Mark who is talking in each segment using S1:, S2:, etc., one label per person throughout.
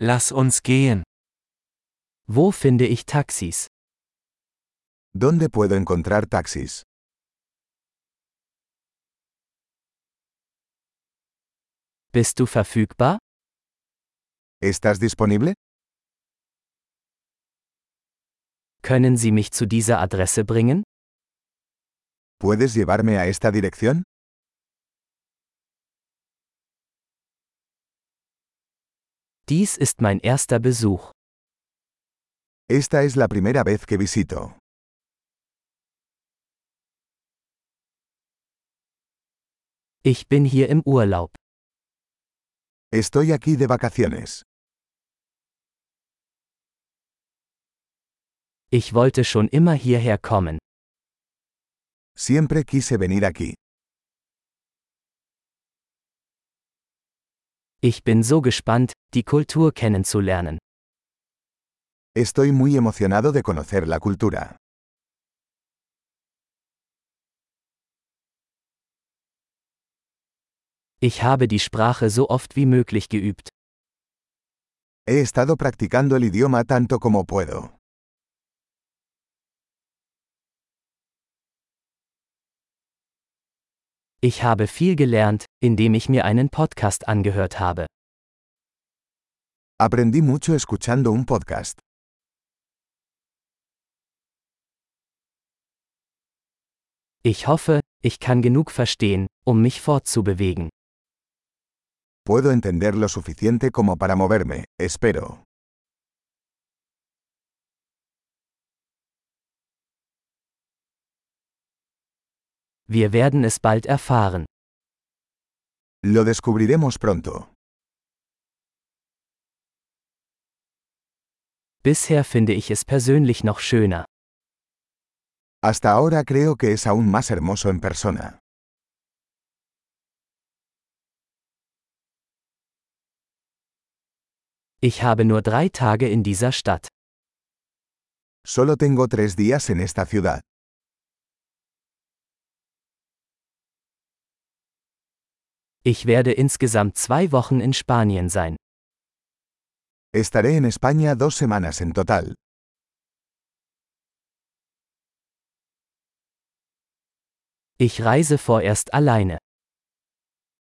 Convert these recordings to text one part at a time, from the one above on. S1: Lass uns gehen. Wo finde ich Taxis?
S2: ¿Dónde puedo encontrar taxis?
S1: Bist du verfügbar?
S2: ¿Estás disponible?
S1: Können Sie mich zu dieser Adresse bringen?
S2: ¿Puedes llevarme a esta dirección?
S1: Dies ist mein erster Besuch.
S2: Esta es la primera vez que visito.
S1: Ich bin hier im Urlaub.
S2: Estoy aquí de vacaciones.
S1: Ich wollte schon immer hierher kommen.
S2: Siempre quise venir aquí.
S1: Ich bin so gespannt, die Kultur kennenzulernen.
S2: Estoy muy emocionado de conocer la cultura.
S1: Ich habe die Sprache so oft wie möglich geübt.
S2: He estado practicando el idioma tanto como puedo.
S1: Ich habe viel gelernt, indem ich mir einen Podcast angehört habe.
S2: Aprendí mucho escuchando un podcast.
S1: Ich hoffe, ich kann genug verstehen, um mich fortzubewegen.
S2: Puedo entender lo suficiente como para moverme, espero.
S1: Wir werden es bald erfahren.
S2: Lo descubriremos pronto.
S1: Bisher finde ich es persönlich noch schöner.
S2: Hasta ahora creo que es aún más hermoso en persona.
S1: Ich habe nur drei Tage in dieser Stadt.
S2: Solo tengo tres días en esta ciudad.
S1: Ich werde insgesamt zwei Wochen in Spanien sein.
S2: Estaré en España dos semanas en total.
S1: Ich reise vorerst alleine.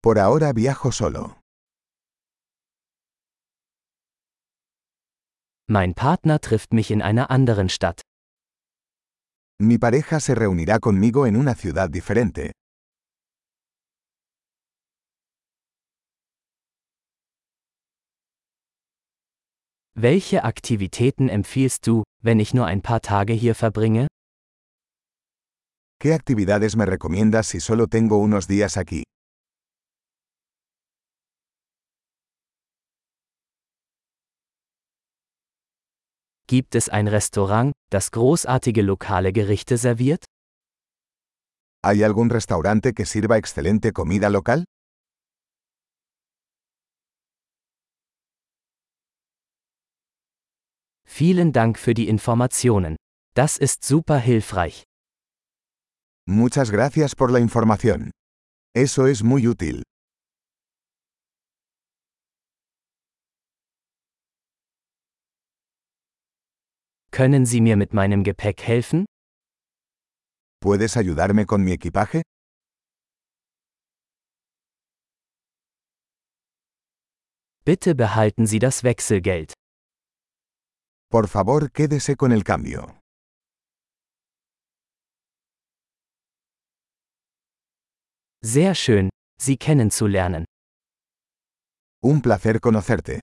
S2: Por ahora viajo solo.
S1: Mein Partner trifft mich in einer anderen Stadt.
S2: Mi pareja se reunirá conmigo en una ciudad diferente.
S1: Welche Aktivitäten empfiehlst du, wenn ich nur ein paar Tage hier verbringe?
S2: ¿Qué actividades me recomiendas si solo tengo unos días aquí?
S1: Gibt es ein Restaurant, das großartige lokale Gerichte serviert?
S2: ¿Hay algún restaurante que sirva excelente comida local?
S1: Vielen Dank für die Informationen. Das ist super hilfreich.
S2: Muchas gracias por la información. Eso es muy útil.
S1: Können Sie mir mit meinem Gepäck helfen?
S2: ¿Puedes ayudarme con mi equipaje?
S1: Bitte behalten Sie das Wechselgeld.
S2: Por favor, quédese con el cambio.
S1: Sehr schön, Sie kennenzulernen.
S2: Un placer conocerte.